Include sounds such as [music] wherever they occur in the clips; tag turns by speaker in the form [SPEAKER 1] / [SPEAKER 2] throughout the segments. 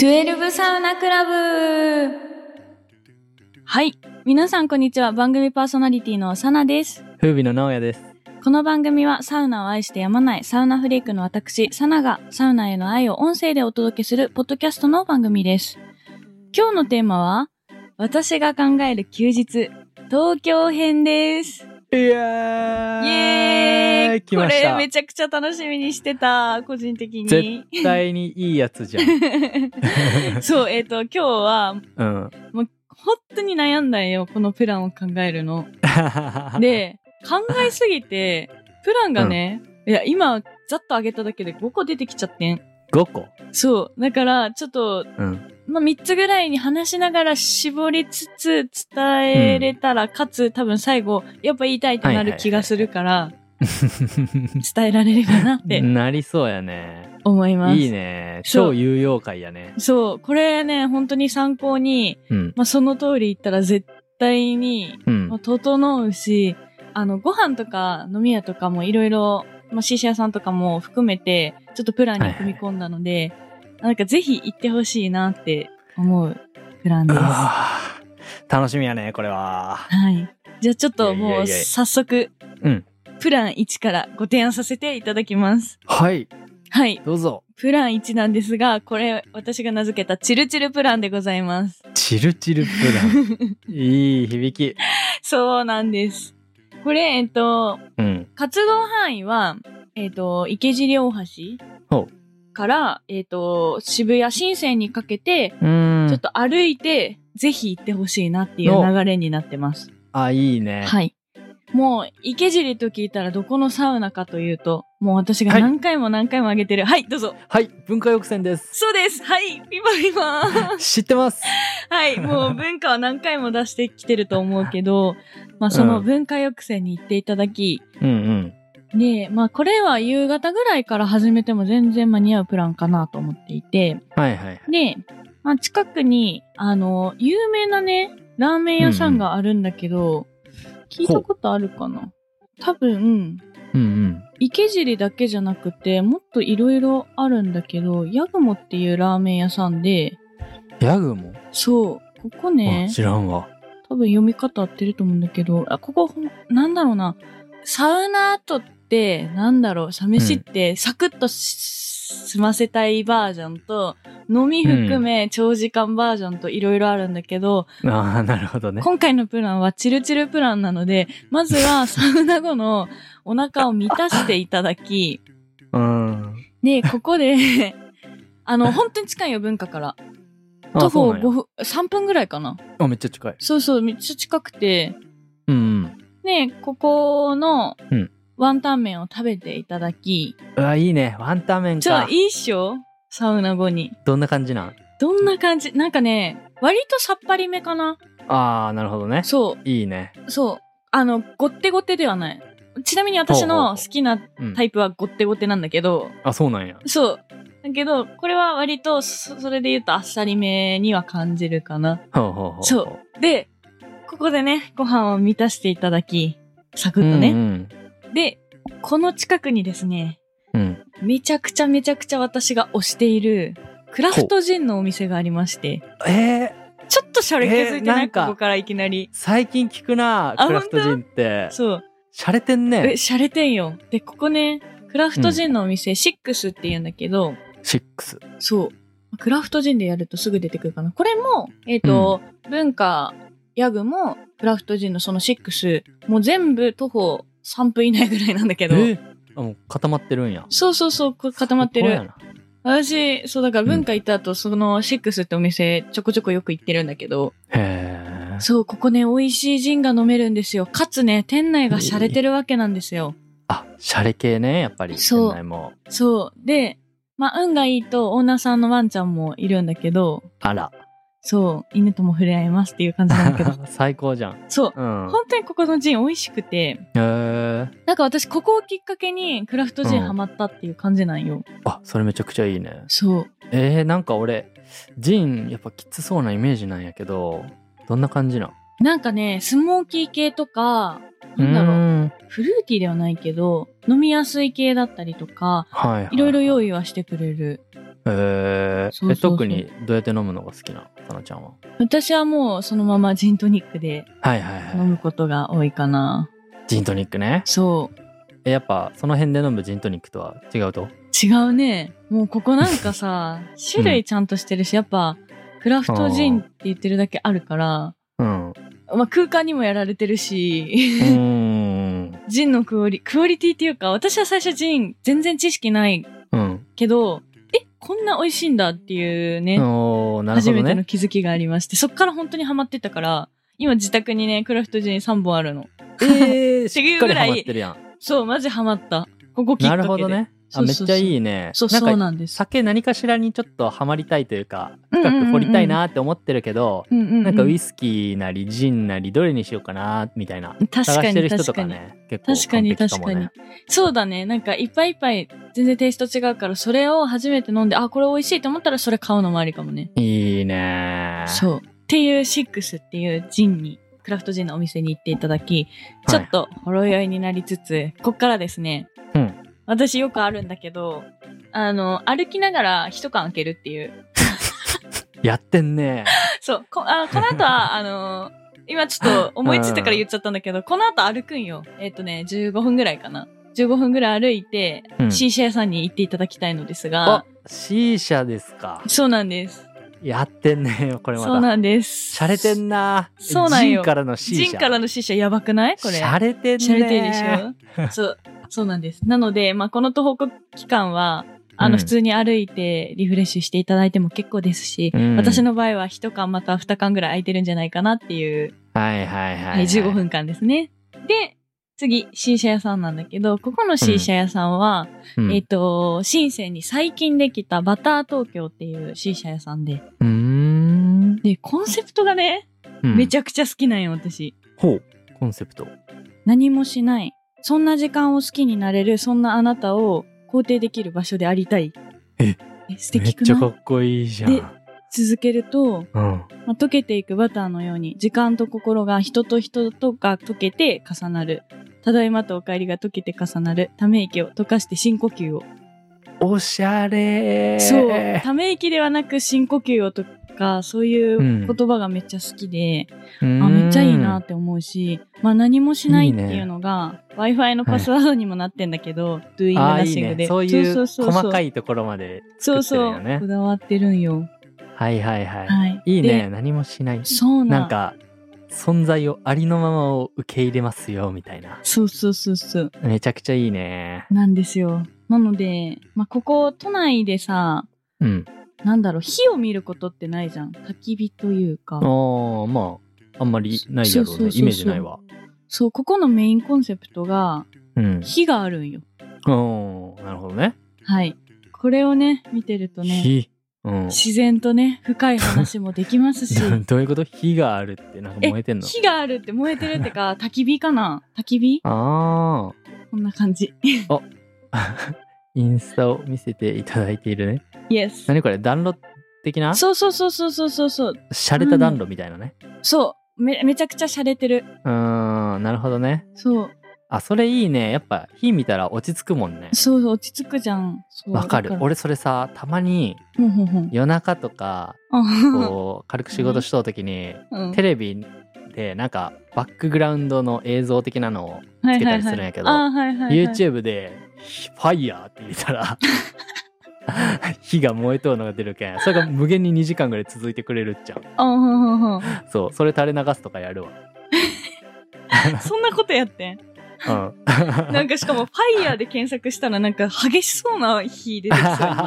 [SPEAKER 1] 12サウナクラブはい。皆さんこんにちは。番組パーソナリティのサナです。
[SPEAKER 2] 風美の直哉です。
[SPEAKER 1] この番組はサウナを愛してやまないサウナフリークの私、サナがサウナへの愛を音声でお届けするポッドキャストの番組です。今日のテーマは、私が考える休日、東京編です。
[SPEAKER 2] いや
[SPEAKER 1] イエーイ
[SPEAKER 2] 来まし
[SPEAKER 1] こ
[SPEAKER 2] た
[SPEAKER 1] れめ。ちゃくちゃ楽しみにしてた、個人的に。
[SPEAKER 2] 絶対にいいやつじゃん。
[SPEAKER 1] [laughs] そう、えっ、と、今日は
[SPEAKER 2] うん。
[SPEAKER 1] 本当に悩んだんよ、このプランを考えるの。で、考えすぎて、プランがね、いや、今、ざっと上げただけで5個出てきちゃってん。
[SPEAKER 2] 5個。
[SPEAKER 1] そう。だから、ちょっと、
[SPEAKER 2] うん。
[SPEAKER 1] まあ、3つぐらいに話しながら絞りつつ伝えれたら、かつ多分最後、やっぱ言いたいってなる気がするから、伝えられればなって
[SPEAKER 2] なりそうやね。
[SPEAKER 1] 思います。
[SPEAKER 2] いいね。
[SPEAKER 1] そう
[SPEAKER 2] 超有用会やね。
[SPEAKER 1] そう。これね、本当に参考に、
[SPEAKER 2] うん。
[SPEAKER 1] まあ、その通り言ったら絶対に、
[SPEAKER 2] うん
[SPEAKER 1] まあ、。整うし、あの、ご飯とか飲み屋とかもいろいろ、まあ、シーシャ屋さんとかも含めて、ちょっとプランに組み込んだので、なんかぜひ行ってほしいなって思うプランで
[SPEAKER 2] う
[SPEAKER 1] す。は
[SPEAKER 2] わー楽しみやね、これは。
[SPEAKER 1] い。じゃあちょっと
[SPEAKER 2] いやい
[SPEAKER 1] も
[SPEAKER 2] や
[SPEAKER 1] う
[SPEAKER 2] いやいや
[SPEAKER 1] 早速、
[SPEAKER 2] うん
[SPEAKER 1] プラン1からご提案させていただきます。
[SPEAKER 2] はい。
[SPEAKER 1] はい。
[SPEAKER 2] どうぞ。
[SPEAKER 1] プラン1なんですが、これ私が名付けたチルチルプランでござい
[SPEAKER 2] [laughs]
[SPEAKER 1] ます。
[SPEAKER 2] チルチルプラ [laughs] ン。いい響き。
[SPEAKER 1] そうなんです。これ、えっと、
[SPEAKER 2] うん。
[SPEAKER 1] 活動範囲は、えっ、と、池尻大
[SPEAKER 2] ほ
[SPEAKER 1] 橋から、えっ、と、渋谷新鮮にかけて、
[SPEAKER 2] うーん。
[SPEAKER 1] ちょっと歩いて、ぜひ行ってほしいなっていう
[SPEAKER 2] お
[SPEAKER 1] 流れになってます。
[SPEAKER 2] あ、いいね。
[SPEAKER 1] はい。もう、池尻と聞いたらどこのサウナかというと、もう私が
[SPEAKER 2] はい
[SPEAKER 1] 何回も何回も上げてる。はい、どうぞ。
[SPEAKER 2] はい。文化抑制です。
[SPEAKER 1] そうです。はい、ピバピ
[SPEAKER 2] [laughs]
[SPEAKER 1] バ。
[SPEAKER 2] 知ってます。
[SPEAKER 1] はい、もう文化は何回も出してきてると思うけど、まあその
[SPEAKER 2] うん
[SPEAKER 1] 文化抑制に行っていただき、
[SPEAKER 2] うんうん。
[SPEAKER 1] で、まあこれは夕方ぐらいから始めても全然間に合うプランかなと思っていて、
[SPEAKER 2] はいはいはい。
[SPEAKER 1] で、まあ近くに、あの、有名なね、ラーメン屋さんがあるんだけど、聞いたことあるかな多分、
[SPEAKER 2] うんうん。
[SPEAKER 1] 池尻だけじゃなくて、もっといろいろあるんだけど、ヤグモっていうラーメン屋さんで、
[SPEAKER 2] ヤグも、
[SPEAKER 1] そう、ここ
[SPEAKER 2] あ
[SPEAKER 1] ね、
[SPEAKER 2] 知らんわ。
[SPEAKER 1] 多分読み方合ってると思うんだけど、あ、ここ、ほんなんだろうな。サウナ後って、なんだろう、サ飯って、サクッとし済ませたいバージョンと、飲み含め長時間バージョンといろいろあるんだけど、
[SPEAKER 2] ああ、 [laughs] なるほどね。
[SPEAKER 1] 今回のプランはチルチルプランなので、まず
[SPEAKER 2] [laughs]
[SPEAKER 1] はサウナ後のお腹を満たしていただき、
[SPEAKER 2] うん。
[SPEAKER 1] で、ここで、 [laughs] あの、本当に近いよ、文化から。
[SPEAKER 2] あ
[SPEAKER 1] 徒
[SPEAKER 2] そ
[SPEAKER 1] 歩
[SPEAKER 2] うなんや
[SPEAKER 1] 5分、3分ぐらいかな。
[SPEAKER 2] あ、めっちゃ近い。
[SPEAKER 1] そうそう、めっちゃ近くて、
[SPEAKER 2] うんうん。
[SPEAKER 1] で、ここの
[SPEAKER 2] うん
[SPEAKER 1] ワンタン麺を食べていただき、
[SPEAKER 2] うわ、いいね。ワンタン麺
[SPEAKER 1] ちょっ
[SPEAKER 2] か
[SPEAKER 1] と。いいっしょサウナ後に。
[SPEAKER 2] どんな感じなん
[SPEAKER 1] どんな感じなんかね、割とさっぱりめかな
[SPEAKER 2] ああ、なるほどね。
[SPEAKER 1] そ
[SPEAKER 2] いいね。
[SPEAKER 1] う、そう。あの、ごってごってではない。ちなみに私
[SPEAKER 2] ほうほう
[SPEAKER 1] の
[SPEAKER 2] ほう
[SPEAKER 1] 好きな
[SPEAKER 2] うん
[SPEAKER 1] タ。イプはごってごってなんだけど、
[SPEAKER 2] あ、そうなんや。
[SPEAKER 1] そう。だけど、これは割とそ、それで言うとあっさりめには感じるかな。
[SPEAKER 2] ほうほうほう。
[SPEAKER 1] そう。で、ここでね、ご飯を満たしていただき、サクッと
[SPEAKER 2] う
[SPEAKER 1] ね。
[SPEAKER 2] ん
[SPEAKER 1] で、この近くにですね、
[SPEAKER 2] うん。うん。
[SPEAKER 1] めちゃくちゃめちゃくちゃ私が推している、クラフトジンのお店がありまして、
[SPEAKER 2] えー、
[SPEAKER 1] ちょっとシャレ気づいてな
[SPEAKER 2] え
[SPEAKER 1] い、
[SPEAKER 2] ーなんか
[SPEAKER 1] ここからいきなり。
[SPEAKER 2] 最近聞くな、
[SPEAKER 1] あ
[SPEAKER 2] クラフトジンって。
[SPEAKER 1] そう。
[SPEAKER 2] 洒落てんね
[SPEAKER 1] え、。シャレてんよ。で、ここね、クラフトジンのお店、シックスって言うんだけど、
[SPEAKER 2] シックス。
[SPEAKER 1] そう。クラフトジンでやるとすぐ出てくるかな。これも、えっ、と、文化、ヤグも、クラフトジンのそのシックス、もう全部徒歩3分以内ぐらいなんだけ
[SPEAKER 2] え
[SPEAKER 1] ど、
[SPEAKER 2] ー、あもう固まってるんや。
[SPEAKER 1] そうそうそう、これ固まってる。
[SPEAKER 2] そこやな
[SPEAKER 1] 私、そうだから文化行った後、そのシックスってお店ちょこちょこよく行ってるんだけど、
[SPEAKER 2] へえ。
[SPEAKER 1] そう、ここね、美味しいジンが飲めるんですよ。かつね、店内が洒落てるわけなんですよ。
[SPEAKER 2] あ、洒落系ね、やっぱり。
[SPEAKER 1] そう
[SPEAKER 2] 店内も。
[SPEAKER 1] そう。で、まあ、運がいいとオーナーさんのワンちゃんもいるんだけど、
[SPEAKER 2] あら。 [laughs]
[SPEAKER 1] そう、犬とも触れ合いますっていう感じなんだけ [laughs] ど、
[SPEAKER 2] 最高じゃん。
[SPEAKER 1] そう。
[SPEAKER 2] うん。
[SPEAKER 1] 本当にここのジン美味しくて、
[SPEAKER 2] へえ。
[SPEAKER 1] なんか私ここをきっかけにクラフトジンハマったっていう感じなんよ。
[SPEAKER 2] あ、それめちゃくちゃいいね。
[SPEAKER 1] そう。
[SPEAKER 2] えー、なんか俺ジンやっぱきつそうなイメージなんやけどどんな感じなん
[SPEAKER 1] なんかね、スモーキー系とか、なんだろう。
[SPEAKER 2] ーん
[SPEAKER 1] フルーティーではないけど、飲みやすい系だったりとか、
[SPEAKER 2] はいはい
[SPEAKER 1] ろいろ用意はしてくれる。
[SPEAKER 2] え
[SPEAKER 1] そうそうそう
[SPEAKER 2] 特にどうやって飲むのが好きなのかなちゃんは。
[SPEAKER 1] 私はもうそのままジントニックで
[SPEAKER 2] はいはい
[SPEAKER 1] 飲
[SPEAKER 2] は
[SPEAKER 1] むことが多いかな。
[SPEAKER 2] い。ジントニックね。
[SPEAKER 1] そう。
[SPEAKER 2] えやっぱその辺で飲むジントニックとは違うと
[SPEAKER 1] 違うね。もうここなんかさ、種類ちゃんとしてるし、やっぱ、クラフトジンって言ってるだけあるから、 [laughs]
[SPEAKER 2] うん。う
[SPEAKER 1] まあ空間にもやられてるし、 [laughs]
[SPEAKER 2] ーん。
[SPEAKER 1] ジンのクオリ、クオリティっていうか、私は最初ジン全然知識ない
[SPEAKER 2] うん。
[SPEAKER 1] けど、え、こんな美味しいんだっていうね、
[SPEAKER 2] おーなる
[SPEAKER 1] 初
[SPEAKER 2] ほど
[SPEAKER 1] めての
[SPEAKER 2] ね。
[SPEAKER 1] 気づきがありまして、そっから本当にハマってたから、今自宅にね、クラフトジン3本あるの。
[SPEAKER 2] えー、
[SPEAKER 1] てい
[SPEAKER 2] [laughs] し
[SPEAKER 1] う
[SPEAKER 2] っ
[SPEAKER 1] ぐ
[SPEAKER 2] から
[SPEAKER 1] い
[SPEAKER 2] りハマってるやん。
[SPEAKER 1] そう、マジハマった。ここきっか
[SPEAKER 2] な
[SPEAKER 1] けで。
[SPEAKER 2] るほど。ね。あ
[SPEAKER 1] そう
[SPEAKER 2] めっ
[SPEAKER 1] そうそう
[SPEAKER 2] ちゃいいね。
[SPEAKER 1] そう、
[SPEAKER 2] なん
[SPEAKER 1] そう
[SPEAKER 2] か
[SPEAKER 1] なんです。
[SPEAKER 2] 酒何かしらにちょっとハマりたいというか
[SPEAKER 1] うんうんうん
[SPEAKER 2] 深
[SPEAKER 1] うん
[SPEAKER 2] く掘りたいなって思ってるけど、
[SPEAKER 1] うんうん、うん。
[SPEAKER 2] なんかウイスキーなりジンなりどれにしようかなみたいな
[SPEAKER 1] 確
[SPEAKER 2] 探
[SPEAKER 1] か
[SPEAKER 2] してる
[SPEAKER 1] に
[SPEAKER 2] 人
[SPEAKER 1] 確
[SPEAKER 2] と
[SPEAKER 1] か
[SPEAKER 2] か
[SPEAKER 1] に。
[SPEAKER 2] ね結構
[SPEAKER 1] 確か
[SPEAKER 2] 完
[SPEAKER 1] に
[SPEAKER 2] 璧か
[SPEAKER 1] 確
[SPEAKER 2] も
[SPEAKER 1] かに
[SPEAKER 2] ね。。
[SPEAKER 1] そうだね。なんかいっぱいいっぱい全然テイスト違うから、それを初めて飲んで、あ、これ美味しいと思ったらそれ買うのもありかもね。
[SPEAKER 2] いいねう
[SPEAKER 1] そう。っていうシックスっていうジンに、クラフトジンのお店に行っていただき、ちょっとほろ酔いになりつつ、こっからですね、
[SPEAKER 2] うん
[SPEAKER 1] 私よくあるんだけど、あの、歩きながら一缶開けるっていう。
[SPEAKER 2] やってんね
[SPEAKER 1] そう。こあこの後
[SPEAKER 2] [laughs]
[SPEAKER 1] は、あの、今ちょっと思いついたから言っちゃったんだけど、この後歩くんよ。えっ、とね、15分ぐらいかな。15分ぐらい歩いて、
[SPEAKER 2] うん
[SPEAKER 1] C 社屋さんに行っていただきたいのです
[SPEAKER 2] あ
[SPEAKER 1] が、
[SPEAKER 2] C 社ですか
[SPEAKER 1] そうなんです。
[SPEAKER 2] やってんね [laughs] これ
[SPEAKER 1] そう
[SPEAKER 2] また
[SPEAKER 1] なんです。
[SPEAKER 2] 洒落てんな
[SPEAKER 1] そうなんよ
[SPEAKER 2] ジンからの C 社
[SPEAKER 1] ジンからの C 社やばくないこれ。
[SPEAKER 2] 洒落てんね
[SPEAKER 1] しゃれてるでしょ [laughs] そう、そうなんです。なので、まあ、この東北期間は、あ
[SPEAKER 2] うん
[SPEAKER 1] の、普通に歩いてリフレッシュしていただいても結構ですし、
[SPEAKER 2] うん
[SPEAKER 1] 私の場合は1巻または2巻ぐらい空いてるんじゃないかなっていう、
[SPEAKER 2] はいはいはい、
[SPEAKER 1] はい15分間ですね。で、次、新車屋さんなんだけど、ここの新車屋さんは、
[SPEAKER 2] うん
[SPEAKER 1] えっ、と、深センに最近できたバター東京っていう新車屋さんで、
[SPEAKER 2] うーん
[SPEAKER 1] で、コンセプトがね、
[SPEAKER 2] うん
[SPEAKER 1] めちゃくちゃ好きなんよ、私。
[SPEAKER 2] ほうコンセプト
[SPEAKER 1] 何もしない。そんな時間を好きになれる、そんなあなたを肯定できる場所でありたい。
[SPEAKER 2] え
[SPEAKER 1] 素
[SPEAKER 2] めっ
[SPEAKER 1] 敵く
[SPEAKER 2] ちゃ
[SPEAKER 1] な
[SPEAKER 2] か
[SPEAKER 1] い
[SPEAKER 2] っこいいじゃ
[SPEAKER 1] で
[SPEAKER 2] ん
[SPEAKER 1] 続けると、
[SPEAKER 2] うん
[SPEAKER 1] まあ溶けていくバターのように、時間と心が人と人とが溶けて重なる。ただいまとお帰りが溶けて重なる。ため息を溶かして深呼吸を。
[SPEAKER 2] おしゃれー
[SPEAKER 1] そう。ため息ではなく深呼吸をとか、そうい
[SPEAKER 2] ん
[SPEAKER 1] う言葉がめっちゃ好きで、
[SPEAKER 2] うーん
[SPEAKER 1] あ、めっちゃいいなって思うし、まあ何もしないっていうのが、Wi-Fi のパスワードにもなってんだけど、doing
[SPEAKER 2] あーいい
[SPEAKER 1] nothing
[SPEAKER 2] ね
[SPEAKER 1] で。
[SPEAKER 2] そういう細か
[SPEAKER 1] い
[SPEAKER 2] いところまで
[SPEAKER 1] そ
[SPEAKER 2] 作
[SPEAKER 1] う
[SPEAKER 2] ってる
[SPEAKER 1] そう
[SPEAKER 2] よね
[SPEAKER 1] こだわってるんよ。
[SPEAKER 2] はいはいはい、
[SPEAKER 1] はい。
[SPEAKER 2] い、いね
[SPEAKER 1] で。
[SPEAKER 2] 何もしない
[SPEAKER 1] そうな
[SPEAKER 2] なんんか存在をありのままを受け入れますよみたいな
[SPEAKER 1] そうそうそうそう。
[SPEAKER 2] めちゃくちゃいいね
[SPEAKER 1] なんですよ。なので、まあここ、都内でさ、
[SPEAKER 2] うん
[SPEAKER 1] なんだろう、火を見ることってないじゃん。焚き火というか。
[SPEAKER 2] ああまああんまりないやろ
[SPEAKER 1] そううそうそう
[SPEAKER 2] ね
[SPEAKER 1] そう
[SPEAKER 2] イメージないわ
[SPEAKER 1] そう、ここのメインコンセプトが、
[SPEAKER 2] うん
[SPEAKER 1] 火があるんよ。
[SPEAKER 2] おーなるほどね
[SPEAKER 1] はい。これをね、見てるとね、
[SPEAKER 2] 火うん
[SPEAKER 1] 自然とね、深い話もできますし、
[SPEAKER 2] [laughs] どういうこと火があるってなんか
[SPEAKER 1] え
[SPEAKER 2] 燃えてんの
[SPEAKER 1] 火があるって燃えてるってか、 [laughs] 焚き火かな焚き火
[SPEAKER 2] あ
[SPEAKER 1] こんな感じ。
[SPEAKER 2] あ [laughs] インスタを見せていただいているね
[SPEAKER 1] yes。
[SPEAKER 2] 何これ暖炉的な
[SPEAKER 1] そうそうそうそうそうそうそう。
[SPEAKER 2] 洒落た暖炉みたいなね
[SPEAKER 1] そう。め、めちゃくちゃ洒落てる。
[SPEAKER 2] うーんなるほどね
[SPEAKER 1] そう。
[SPEAKER 2] あそれいいねやっぱ火見たら落ち着くもんね
[SPEAKER 1] そうそう、落ち着くじゃん。そう
[SPEAKER 2] わかる
[SPEAKER 1] だら
[SPEAKER 2] 俺それさたまに
[SPEAKER 1] ほんほんほん。
[SPEAKER 2] 夜中とか
[SPEAKER 1] あ
[SPEAKER 2] こう軽く仕事しとう時に
[SPEAKER 1] うん
[SPEAKER 2] テレビでなんかバックグラウンドの映像的なのを
[SPEAKER 1] はい
[SPEAKER 2] つけ
[SPEAKER 1] は
[SPEAKER 2] た
[SPEAKER 1] い
[SPEAKER 2] りす
[SPEAKER 1] は
[SPEAKER 2] るん
[SPEAKER 1] い
[SPEAKER 2] やけど、
[SPEAKER 1] あーはいはいはい。
[SPEAKER 2] YouTube で「ファイヤーって入れ
[SPEAKER 1] [laughs]
[SPEAKER 2] たら火が燃えとうのが出るけんそれが無限に2時間ぐらい続いてくれるっちゃう
[SPEAKER 1] あーほんほんほん。
[SPEAKER 2] そうそれ垂れ流すとかやるわ
[SPEAKER 1] そんなことやってん。
[SPEAKER 2] [laughs] うん
[SPEAKER 1] なんかしかも、ファイヤーで検索したらなんか激しそうな火出てきそう
[SPEAKER 2] [laughs] 確
[SPEAKER 1] 今。
[SPEAKER 2] かに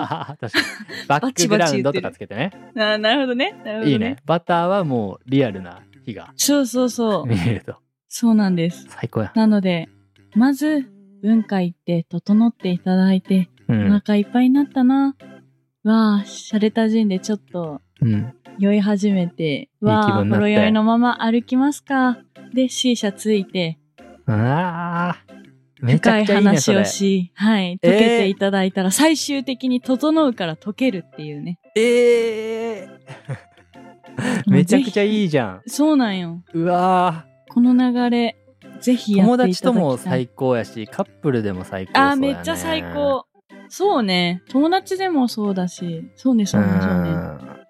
[SPEAKER 2] バックグラウンドとかつけてね
[SPEAKER 1] あーなるほどね。なるほどね。
[SPEAKER 2] いいねバターはもうリアルな火が
[SPEAKER 1] そうそうそう。
[SPEAKER 2] 見えると
[SPEAKER 1] そうなんです。
[SPEAKER 2] 最高や
[SPEAKER 1] なので、まず、文化行って、整っていただいて、
[SPEAKER 2] う
[SPEAKER 1] お
[SPEAKER 2] ん、
[SPEAKER 1] 腹いっぱいになったな。わあ、洒落た陣でちょっと、
[SPEAKER 2] うん、
[SPEAKER 1] 酔い始めて、
[SPEAKER 2] いい気分
[SPEAKER 1] わあ、
[SPEAKER 2] に
[SPEAKER 1] ほ
[SPEAKER 2] なって
[SPEAKER 1] ろ酔いのまま歩きますか。で、C 社ついて、
[SPEAKER 2] あーめちゃ
[SPEAKER 1] 深い
[SPEAKER 2] くちゃいいねそ
[SPEAKER 1] 話を
[SPEAKER 2] れ
[SPEAKER 1] し、はい、溶けていただいたら、最終的に整うから溶けるっていうね。
[SPEAKER 2] ええー、 [laughs] めちゃくちゃ
[SPEAKER 1] い。
[SPEAKER 2] いいじゃん
[SPEAKER 1] そうなんよ。
[SPEAKER 2] うわ
[SPEAKER 1] この流れ、ぜひ
[SPEAKER 2] ー
[SPEAKER 1] やっていた
[SPEAKER 2] 友
[SPEAKER 1] だきたい。
[SPEAKER 2] 達とも最高やしカップルでも最高そう
[SPEAKER 1] あ
[SPEAKER 2] や、
[SPEAKER 1] ー、
[SPEAKER 2] ね、
[SPEAKER 1] めっちゃ最高。そうね。友達でもそうだし。そうね、そうね、そう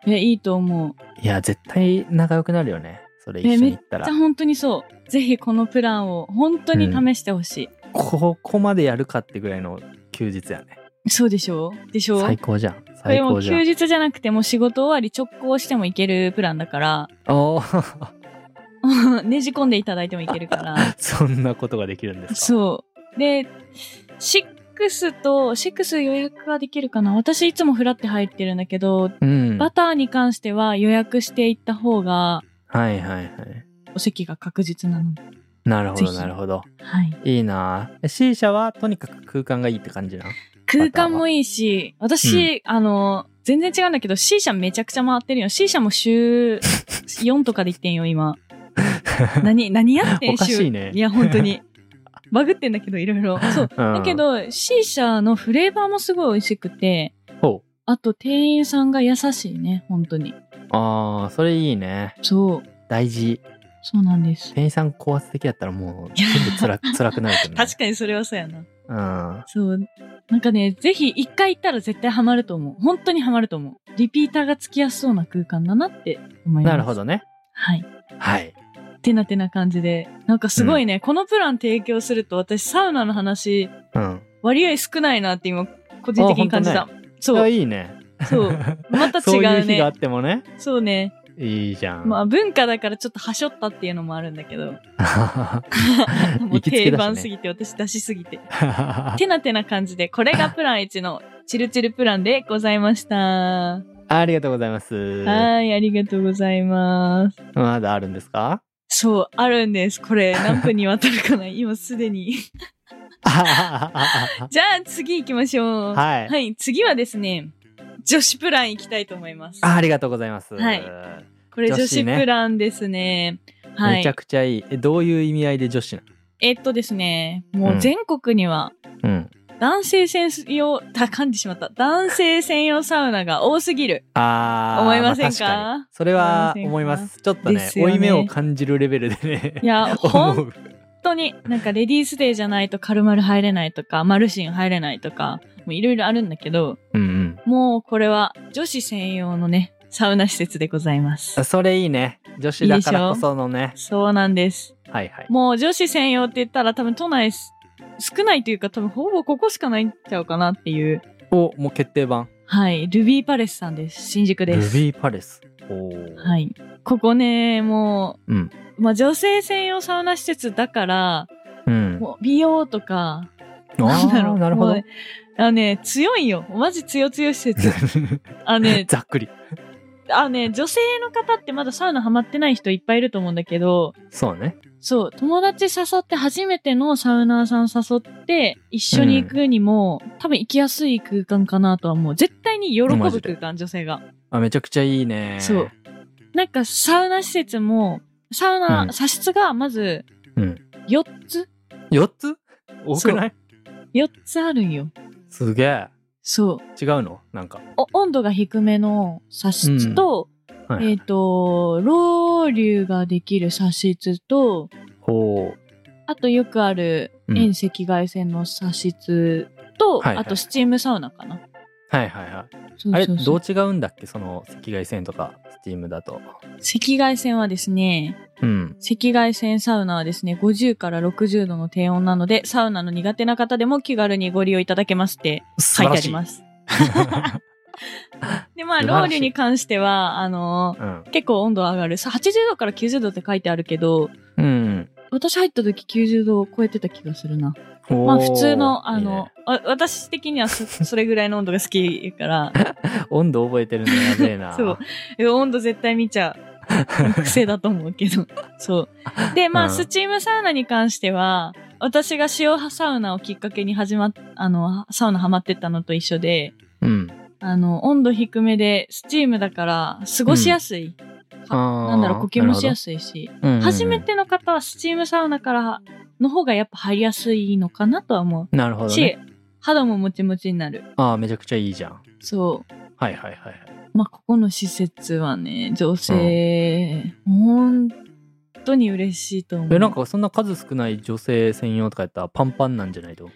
[SPEAKER 1] ね。え、いいと思う。
[SPEAKER 2] うんいや絶対仲良くなるよねそれ一緒に行ったら
[SPEAKER 1] じゃあ本当にそう。ぜひこのプランを本当に試してほしい。
[SPEAKER 2] ここまでやるかってぐらいの休日やね
[SPEAKER 1] そうでしょうでしょう
[SPEAKER 2] 最高じゃん
[SPEAKER 1] これ
[SPEAKER 2] 最
[SPEAKER 1] も
[SPEAKER 2] 高
[SPEAKER 1] う
[SPEAKER 2] じゃ
[SPEAKER 1] 休
[SPEAKER 2] ん
[SPEAKER 1] 日じゃなくてもう仕事終わり直行してもいけるプランだから、 [laughs]
[SPEAKER 2] おー
[SPEAKER 1] ねじ込んでいただいてもいけるから。
[SPEAKER 2] [laughs] そんなことができるんですか
[SPEAKER 1] そう。で、6と、6予約ができるかな私いつもフラって入ってるんだけど、
[SPEAKER 2] うん
[SPEAKER 1] バ
[SPEAKER 2] はい
[SPEAKER 1] ターに関しては予約していった方が
[SPEAKER 2] はいはい
[SPEAKER 1] お席が確実なので。
[SPEAKER 2] なるほ
[SPEAKER 1] ぜ
[SPEAKER 2] ど
[SPEAKER 1] ひ
[SPEAKER 2] なるほど
[SPEAKER 1] はい。
[SPEAKER 2] いいなあ C 社はとにかく空間がいいって感じな
[SPEAKER 1] 空間もいいし、私、あの、全然違うんだけど C 社めちゃくちゃ回ってるよ。C 社も週4とかで行ってんよ、
[SPEAKER 2] [laughs]
[SPEAKER 1] 今。何、何やってん
[SPEAKER 2] おかしいね
[SPEAKER 1] 週いや、本当に。バグってんだけど、いろいろ。そう。だ
[SPEAKER 2] だ
[SPEAKER 1] けど、C 社のフレーバーもすごい美味しくて、
[SPEAKER 2] ほう
[SPEAKER 1] あと店員さんが優しいね、本当に。
[SPEAKER 2] あーそれいいね
[SPEAKER 1] そう。
[SPEAKER 2] 大事
[SPEAKER 1] そうなんです。
[SPEAKER 2] 店員さん高圧的やったらもう全部つ
[SPEAKER 1] [laughs]
[SPEAKER 2] ら辛くなるけどね
[SPEAKER 1] 確かにそれはそうやな。
[SPEAKER 2] うん
[SPEAKER 1] そう。なんかね、ぜひ一回行ったら絶対ハマると思う。本当にハマると思う。リピーターがつきやすそうな空間だなって思います。
[SPEAKER 2] なるほ。どね
[SPEAKER 1] はい。
[SPEAKER 2] はい
[SPEAKER 1] てなてな感じで。なんかすごいね、このプラン提供すると私サウナの話、
[SPEAKER 2] うん
[SPEAKER 1] 割合少ないなって今、個人的に感じ
[SPEAKER 2] あ
[SPEAKER 1] た。
[SPEAKER 2] い
[SPEAKER 1] そ
[SPEAKER 2] や
[SPEAKER 1] う。
[SPEAKER 2] いいね
[SPEAKER 1] そう。また
[SPEAKER 2] [laughs] そう
[SPEAKER 1] 違
[SPEAKER 2] いう
[SPEAKER 1] う
[SPEAKER 2] 日が
[SPEAKER 1] ね
[SPEAKER 2] あっ。てもね
[SPEAKER 1] そうね。
[SPEAKER 2] いいじゃん、 [laughs]
[SPEAKER 1] まあ文化だからちょっとはしょったっていうのもあるんだけど。もう
[SPEAKER 2] 行きつけ
[SPEAKER 1] 定
[SPEAKER 2] だしね
[SPEAKER 1] 番すぎて、私出しすぎて。てなてな感じで、これがプラン1のチルチルプランでございました。
[SPEAKER 2] [laughs] ありがとうございます
[SPEAKER 1] はい、ありがとうございます。
[SPEAKER 2] まだあるんですか [laughs]
[SPEAKER 1] そう、あるんです。これ、何分にわたるかな今すでに。 [laughs]
[SPEAKER 2] は、
[SPEAKER 1] じゃあ、次行きましょう。はいい、次はですね、女子プラン行きたいと思います。
[SPEAKER 2] ありがとうございます、
[SPEAKER 1] はいこれ、
[SPEAKER 2] 女
[SPEAKER 1] 女
[SPEAKER 2] 子
[SPEAKER 1] 子
[SPEAKER 2] ね
[SPEAKER 1] プランですね。は
[SPEAKER 2] めちゃ
[SPEAKER 1] い。
[SPEAKER 2] くちゃいいえどういう意味合いで女子な
[SPEAKER 1] えっとですね、もううん全国には、
[SPEAKER 2] のうん
[SPEAKER 1] 男性専用、た、噛んでしまった。男性専用サウナが多すぎる。
[SPEAKER 2] あー
[SPEAKER 1] 思いませんか
[SPEAKER 2] あ確にそれは思いますちょっと
[SPEAKER 1] で
[SPEAKER 2] ね
[SPEAKER 1] すよ
[SPEAKER 2] 負
[SPEAKER 1] ね
[SPEAKER 2] い目を感じるレベルでね
[SPEAKER 1] いや、ほん
[SPEAKER 2] [laughs] 思う
[SPEAKER 1] 本当になんかレディースデーじゃないとカルマル入れないとかマルシン入れないとかもういろいろあるんだけど
[SPEAKER 2] うん
[SPEAKER 1] もうこれは女子専用のねサウナ施設でございます
[SPEAKER 2] うんそれいいね女子だからこそのね
[SPEAKER 1] そうなんです
[SPEAKER 2] はいはい
[SPEAKER 1] もう女子専用って言ったら多分都内す少ないというか多分ほぼここしかないんちゃうかなっていう
[SPEAKER 2] おもう決定版
[SPEAKER 1] はいルビーパレスさんです新宿
[SPEAKER 2] ル
[SPEAKER 1] です
[SPEAKER 2] ビーパレスおー
[SPEAKER 1] はいここねもう、
[SPEAKER 2] うん
[SPEAKER 1] まあ、女性専用サウナ施設だから
[SPEAKER 2] うん
[SPEAKER 1] もう美容とか
[SPEAKER 2] あ
[SPEAKER 1] なんだろ
[SPEAKER 2] ー
[SPEAKER 1] う。
[SPEAKER 2] なるほ
[SPEAKER 1] もう
[SPEAKER 2] ど
[SPEAKER 1] ねあのね、強いよ。マジ強強施設。あのね、
[SPEAKER 2] [laughs] ざっくり
[SPEAKER 1] あのね、女性の方ってまだサウナハマってない人いっぱいいると思うんだけど、
[SPEAKER 2] そうね
[SPEAKER 1] そう、友達誘って初めてのサウナーさん誘って一緒に行くにも、多分行きやすい空間かなとは思う。絶対に喜ぶ
[SPEAKER 2] マジで
[SPEAKER 1] 空間、女性が。
[SPEAKER 2] あめちゃくちゃいいね
[SPEAKER 1] そうなんかサウナ施設も、サウナ、
[SPEAKER 2] うん
[SPEAKER 1] 差室がまず
[SPEAKER 2] うん
[SPEAKER 1] 4つ、
[SPEAKER 2] 4つ多くない
[SPEAKER 1] 4つあるんよ。
[SPEAKER 2] すげえ
[SPEAKER 1] そう。
[SPEAKER 2] 違うのなんか
[SPEAKER 1] お温度が低めの茶室と、
[SPEAKER 2] うんはい
[SPEAKER 1] えっ、と、ロウリュができる茶室と、
[SPEAKER 2] ほう
[SPEAKER 1] あとよくある
[SPEAKER 2] うん
[SPEAKER 1] 遠赤外線の茶室と、
[SPEAKER 2] はいはい
[SPEAKER 1] あとスチームサウナかな。
[SPEAKER 2] はいはいはい
[SPEAKER 1] そう
[SPEAKER 2] あれ
[SPEAKER 1] そう
[SPEAKER 2] ど
[SPEAKER 1] そう
[SPEAKER 2] う違うんだっけその赤外線とかスチームだと
[SPEAKER 1] 赤外線はですね、
[SPEAKER 2] うん
[SPEAKER 1] 赤外線サウナはですね、50から60度の低温なので、サウナの苦手な方でも気軽にご利用いただけますって書いてあります。で、まあ、
[SPEAKER 2] 素晴
[SPEAKER 1] ロ
[SPEAKER 2] らしい
[SPEAKER 1] ウリュに関しては、あのー
[SPEAKER 2] [laughs] うん、
[SPEAKER 1] 結構温度上がる。さ80度から90度って書いてあるけど、
[SPEAKER 2] うん、
[SPEAKER 1] 私入った時90度を超えてた気がするな。
[SPEAKER 2] おー
[SPEAKER 1] まあ普通の、あ
[SPEAKER 2] いい
[SPEAKER 1] の
[SPEAKER 2] ね、
[SPEAKER 1] わ私的にはそそれぐらいの温度が好きやから、
[SPEAKER 2] 温度覚えてるのやべえな
[SPEAKER 1] [laughs] そうえ温度絶対見ちゃう。癖だと思うけど。そう。で、まあ、
[SPEAKER 2] うん
[SPEAKER 1] スチームサウナに関しては、私が塩サウナをきっかけに始まっ、あの、サウナハマってったのと一緒で、
[SPEAKER 2] うん
[SPEAKER 1] あの、温度低めで、スチームだから、過ごしやすい。
[SPEAKER 2] あ
[SPEAKER 1] なんだろう、呼吸もしや
[SPEAKER 2] す
[SPEAKER 1] すいし、
[SPEAKER 2] い、うんうんうん
[SPEAKER 1] 初めての方はスチームサウナからの方がやっぱ入りやすいのかなとは思う。
[SPEAKER 2] なるほど、
[SPEAKER 1] し、
[SPEAKER 2] ね、
[SPEAKER 1] 肌ももちもちになる。
[SPEAKER 2] ああめちゃくちゃいいじゃん
[SPEAKER 1] そ
[SPEAKER 2] はいはいはいは
[SPEAKER 1] う。まあ、ここの施設はね、女性、本当に嬉しいと思。
[SPEAKER 2] いうえなんかそんな数少ない女性専用とかやったらパンパンなんじゃないと
[SPEAKER 1] い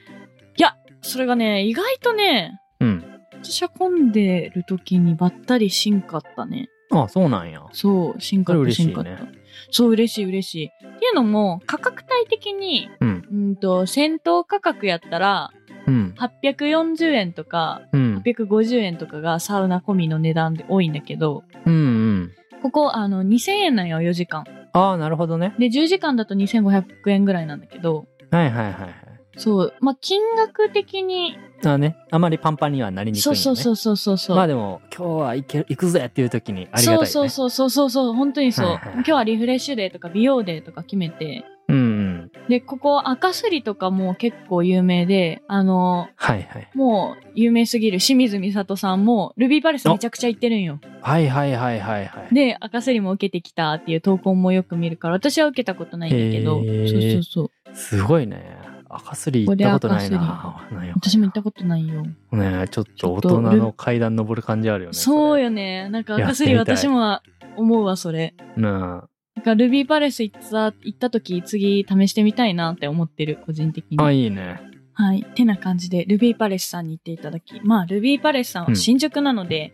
[SPEAKER 1] や、それがね、意外とね、
[SPEAKER 2] うん。
[SPEAKER 1] 私は混んでる時にばったりしんかったね。
[SPEAKER 2] あ、そうなんや。
[SPEAKER 1] そう、しんか
[SPEAKER 2] それ
[SPEAKER 1] った、
[SPEAKER 2] 嬉
[SPEAKER 1] し
[SPEAKER 2] しい
[SPEAKER 1] ん
[SPEAKER 2] ね
[SPEAKER 1] かった。そう、嬉しい、嬉しい。っていうのも、価格帯的に、
[SPEAKER 2] うん。
[SPEAKER 1] うんと、先頭価格やったら、
[SPEAKER 2] うん。
[SPEAKER 1] 840円とか、
[SPEAKER 2] うん。
[SPEAKER 1] 850円とかがサウナ込みの値段で多いんだけど、
[SPEAKER 2] うんうん。
[SPEAKER 1] ここ、あの、2000円なんよ、4時間。
[SPEAKER 2] ああ、なるほどね。
[SPEAKER 1] で、10時間だと2500円ぐらいなんだけど、
[SPEAKER 2] はいはいはいはい。
[SPEAKER 1] そう、まあ、金額的に、
[SPEAKER 2] あね、あまりパンパンにはなりにくいん
[SPEAKER 1] そ
[SPEAKER 2] よ
[SPEAKER 1] う
[SPEAKER 2] ね。
[SPEAKER 1] そうそうそうそうそう。
[SPEAKER 2] まあでも、今日は行け行くぜっていう時にありがたいよ
[SPEAKER 1] そ
[SPEAKER 2] ね。
[SPEAKER 1] うそうそうそうそうそう本当にそう、
[SPEAKER 2] はいはいはい
[SPEAKER 1] 今日はリフレッシュデーとか美容デーとか決めて
[SPEAKER 2] うんうん。
[SPEAKER 1] でここ赤すりとかも結構有名であの
[SPEAKER 2] はいはい。
[SPEAKER 1] もう有名すぎる清水美里さんもルビーバレスめちゃくちゃ行ってるんよ
[SPEAKER 2] はいはいはいはいはい。
[SPEAKER 1] で赤すりも受けてきたっていう投稿もよく見るから私は受けたことないんだけど
[SPEAKER 2] へー
[SPEAKER 1] そうそうそう
[SPEAKER 2] すごいね。赤すり行ったことないな。なんや
[SPEAKER 1] 私も行ったことないよ、
[SPEAKER 2] ねえちょっと大
[SPEAKER 1] ちょ
[SPEAKER 2] 人
[SPEAKER 1] っとル
[SPEAKER 2] の階段登る感じあるよね。
[SPEAKER 1] そう
[SPEAKER 2] よ。
[SPEAKER 1] よねなんか赤
[SPEAKER 2] やって
[SPEAKER 1] す
[SPEAKER 2] みた
[SPEAKER 1] り
[SPEAKER 2] い
[SPEAKER 1] 私も思うわそれ
[SPEAKER 2] な
[SPEAKER 1] なんかルビーバレス行った行った時次試してみたいなって思ってる個人的に
[SPEAKER 2] あ。あ、いいね。
[SPEAKER 1] はい。てな感じで、ルビーパレスさんに行っていただき、まあ、ルビーパレスさん
[SPEAKER 2] うん
[SPEAKER 1] は新宿なので、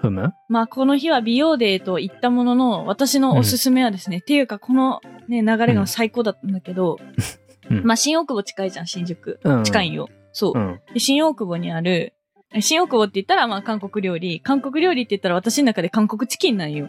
[SPEAKER 2] ふむ
[SPEAKER 1] まあ、この日は美容デーと言ったものの、私のおすすめはですね、っていうか、このね、流れが最高だったんだけど、
[SPEAKER 2] うん
[SPEAKER 1] まあ、新大久保近いじゃん、新宿。
[SPEAKER 2] うん
[SPEAKER 1] 近いよ。そう
[SPEAKER 2] う。ん。
[SPEAKER 1] で新大久保にある、え新大久保って言ったら、まあ、韓国料理。韓国料理って言ったら、私の中で韓国チキンなんよ。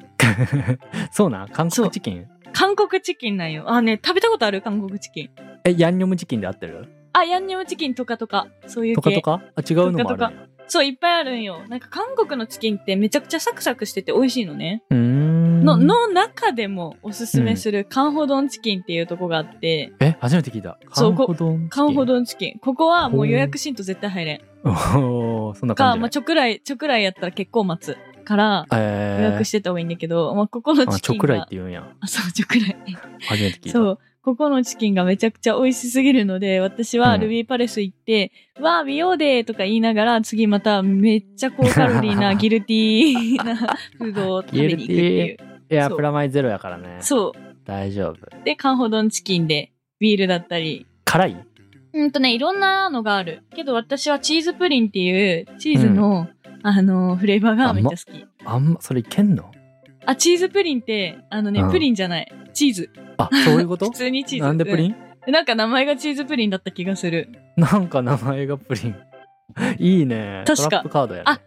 [SPEAKER 2] そうなん韓国チキン
[SPEAKER 1] 韓国チキンなんよ。あ、ね、食べたことある韓国チキン。
[SPEAKER 2] え、ヤンニョムチキンで合ってる
[SPEAKER 1] あ、ヤンニョムチキンとかとか、そういう
[SPEAKER 2] とか
[SPEAKER 1] 系
[SPEAKER 2] と。かあ、違うのもあ
[SPEAKER 1] とか
[SPEAKER 2] るんや
[SPEAKER 1] そう、いっぱいあるんよ。なんか韓国のチキンってめちゃくちゃサクサクしてて美味しいのね。
[SPEAKER 2] うーん。
[SPEAKER 1] の、の中でもおすすめするカンホドンチキンっていうとこがあって、
[SPEAKER 2] え、初めて聞いた。
[SPEAKER 1] そう
[SPEAKER 2] 韓国丼。
[SPEAKER 1] カンホ
[SPEAKER 2] 丼。
[SPEAKER 1] ドンチキン。ここはもう予約しんと絶対入れん。
[SPEAKER 2] おーそんな
[SPEAKER 1] か、ま
[SPEAKER 2] 感じな
[SPEAKER 1] あ、
[SPEAKER 2] んや。
[SPEAKER 1] ちょくらい、ちょくらいやったら結構待つから、予
[SPEAKER 2] え
[SPEAKER 1] 約
[SPEAKER 2] ー
[SPEAKER 1] してた方がいいんだけど、まあ、ここの
[SPEAKER 2] あ、
[SPEAKER 1] チ
[SPEAKER 2] ちょ
[SPEAKER 1] キンが。
[SPEAKER 2] くらいって言うんや。
[SPEAKER 1] あ、そう、ちょくらい。
[SPEAKER 2] 初めて聞いた。
[SPEAKER 1] そう。ここのチキンがめちゃくちゃ美味しすぎるので、私は
[SPEAKER 2] うん
[SPEAKER 1] ルビーパレス行って、わあ、美容デーとか言いながら、次まためっちゃ高カロリーなギルティーなフードを食べに行くって [laughs] いう。
[SPEAKER 2] いや、
[SPEAKER 1] そう
[SPEAKER 2] プラマイゼロやからね。
[SPEAKER 1] そ
[SPEAKER 2] 大丈夫。
[SPEAKER 1] う。で、カンホドンチキンで、ビールだったり。
[SPEAKER 2] 辛い
[SPEAKER 1] うんとね、いろんなのがある。けど私はチーズプリンっていう、チーズの、あの、フレーバーがめっちゃ好き。
[SPEAKER 2] あんま、それいけんの
[SPEAKER 1] あ、チーズプリンって、あのね、
[SPEAKER 2] うん
[SPEAKER 1] プリンじゃない。チーズ。 [laughs]
[SPEAKER 2] あ、そういうこと
[SPEAKER 1] 普通にチーズ。
[SPEAKER 2] なんでプリ
[SPEAKER 1] ン、
[SPEAKER 2] ン
[SPEAKER 1] なんか名前がチーズプリンだった気がする。
[SPEAKER 2] なんか名前がプリン。 [laughs] いいね。
[SPEAKER 1] 確か
[SPEAKER 2] トラップカードやね。
[SPEAKER 1] あ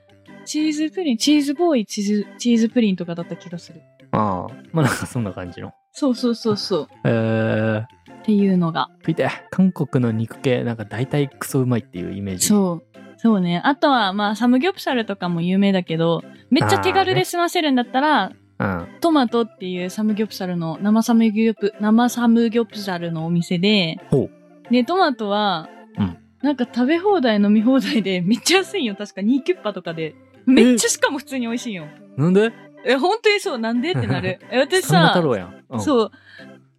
[SPEAKER 1] チーズプリン、チーズボーイ、チーズ、チーズプリンとかだった気がする。
[SPEAKER 2] ああ。まあなんかそんな感じの。
[SPEAKER 1] そうそうそうそう。
[SPEAKER 2] えー、
[SPEAKER 1] っていうのが。
[SPEAKER 2] 見て、韓国の肉系、なんか大体クソうまいっていうイメージ。う。
[SPEAKER 1] そう。そうね。あとは、まあ、サムギョプサルとかも有名だけど、めっちゃ手軽で済ませるんだったら、
[SPEAKER 2] うん。
[SPEAKER 1] トマトっていうサムギョプサルの、生サムギョプ、生サムギョプサルのお店で、
[SPEAKER 2] ほう。
[SPEAKER 1] で、トマトは、
[SPEAKER 2] うん
[SPEAKER 1] なんか食べ放題飲み放題で、め [laughs] っちゃ安いんよ。確か2キュッパとかで。めっちゃしかも普通に美味しいんよ。
[SPEAKER 2] なんで
[SPEAKER 1] え、本当にそう、なんでってな
[SPEAKER 2] [laughs]
[SPEAKER 1] る。え私
[SPEAKER 2] サンマ
[SPEAKER 1] さ
[SPEAKER 2] 太、郎やん。うん、う。
[SPEAKER 1] そう、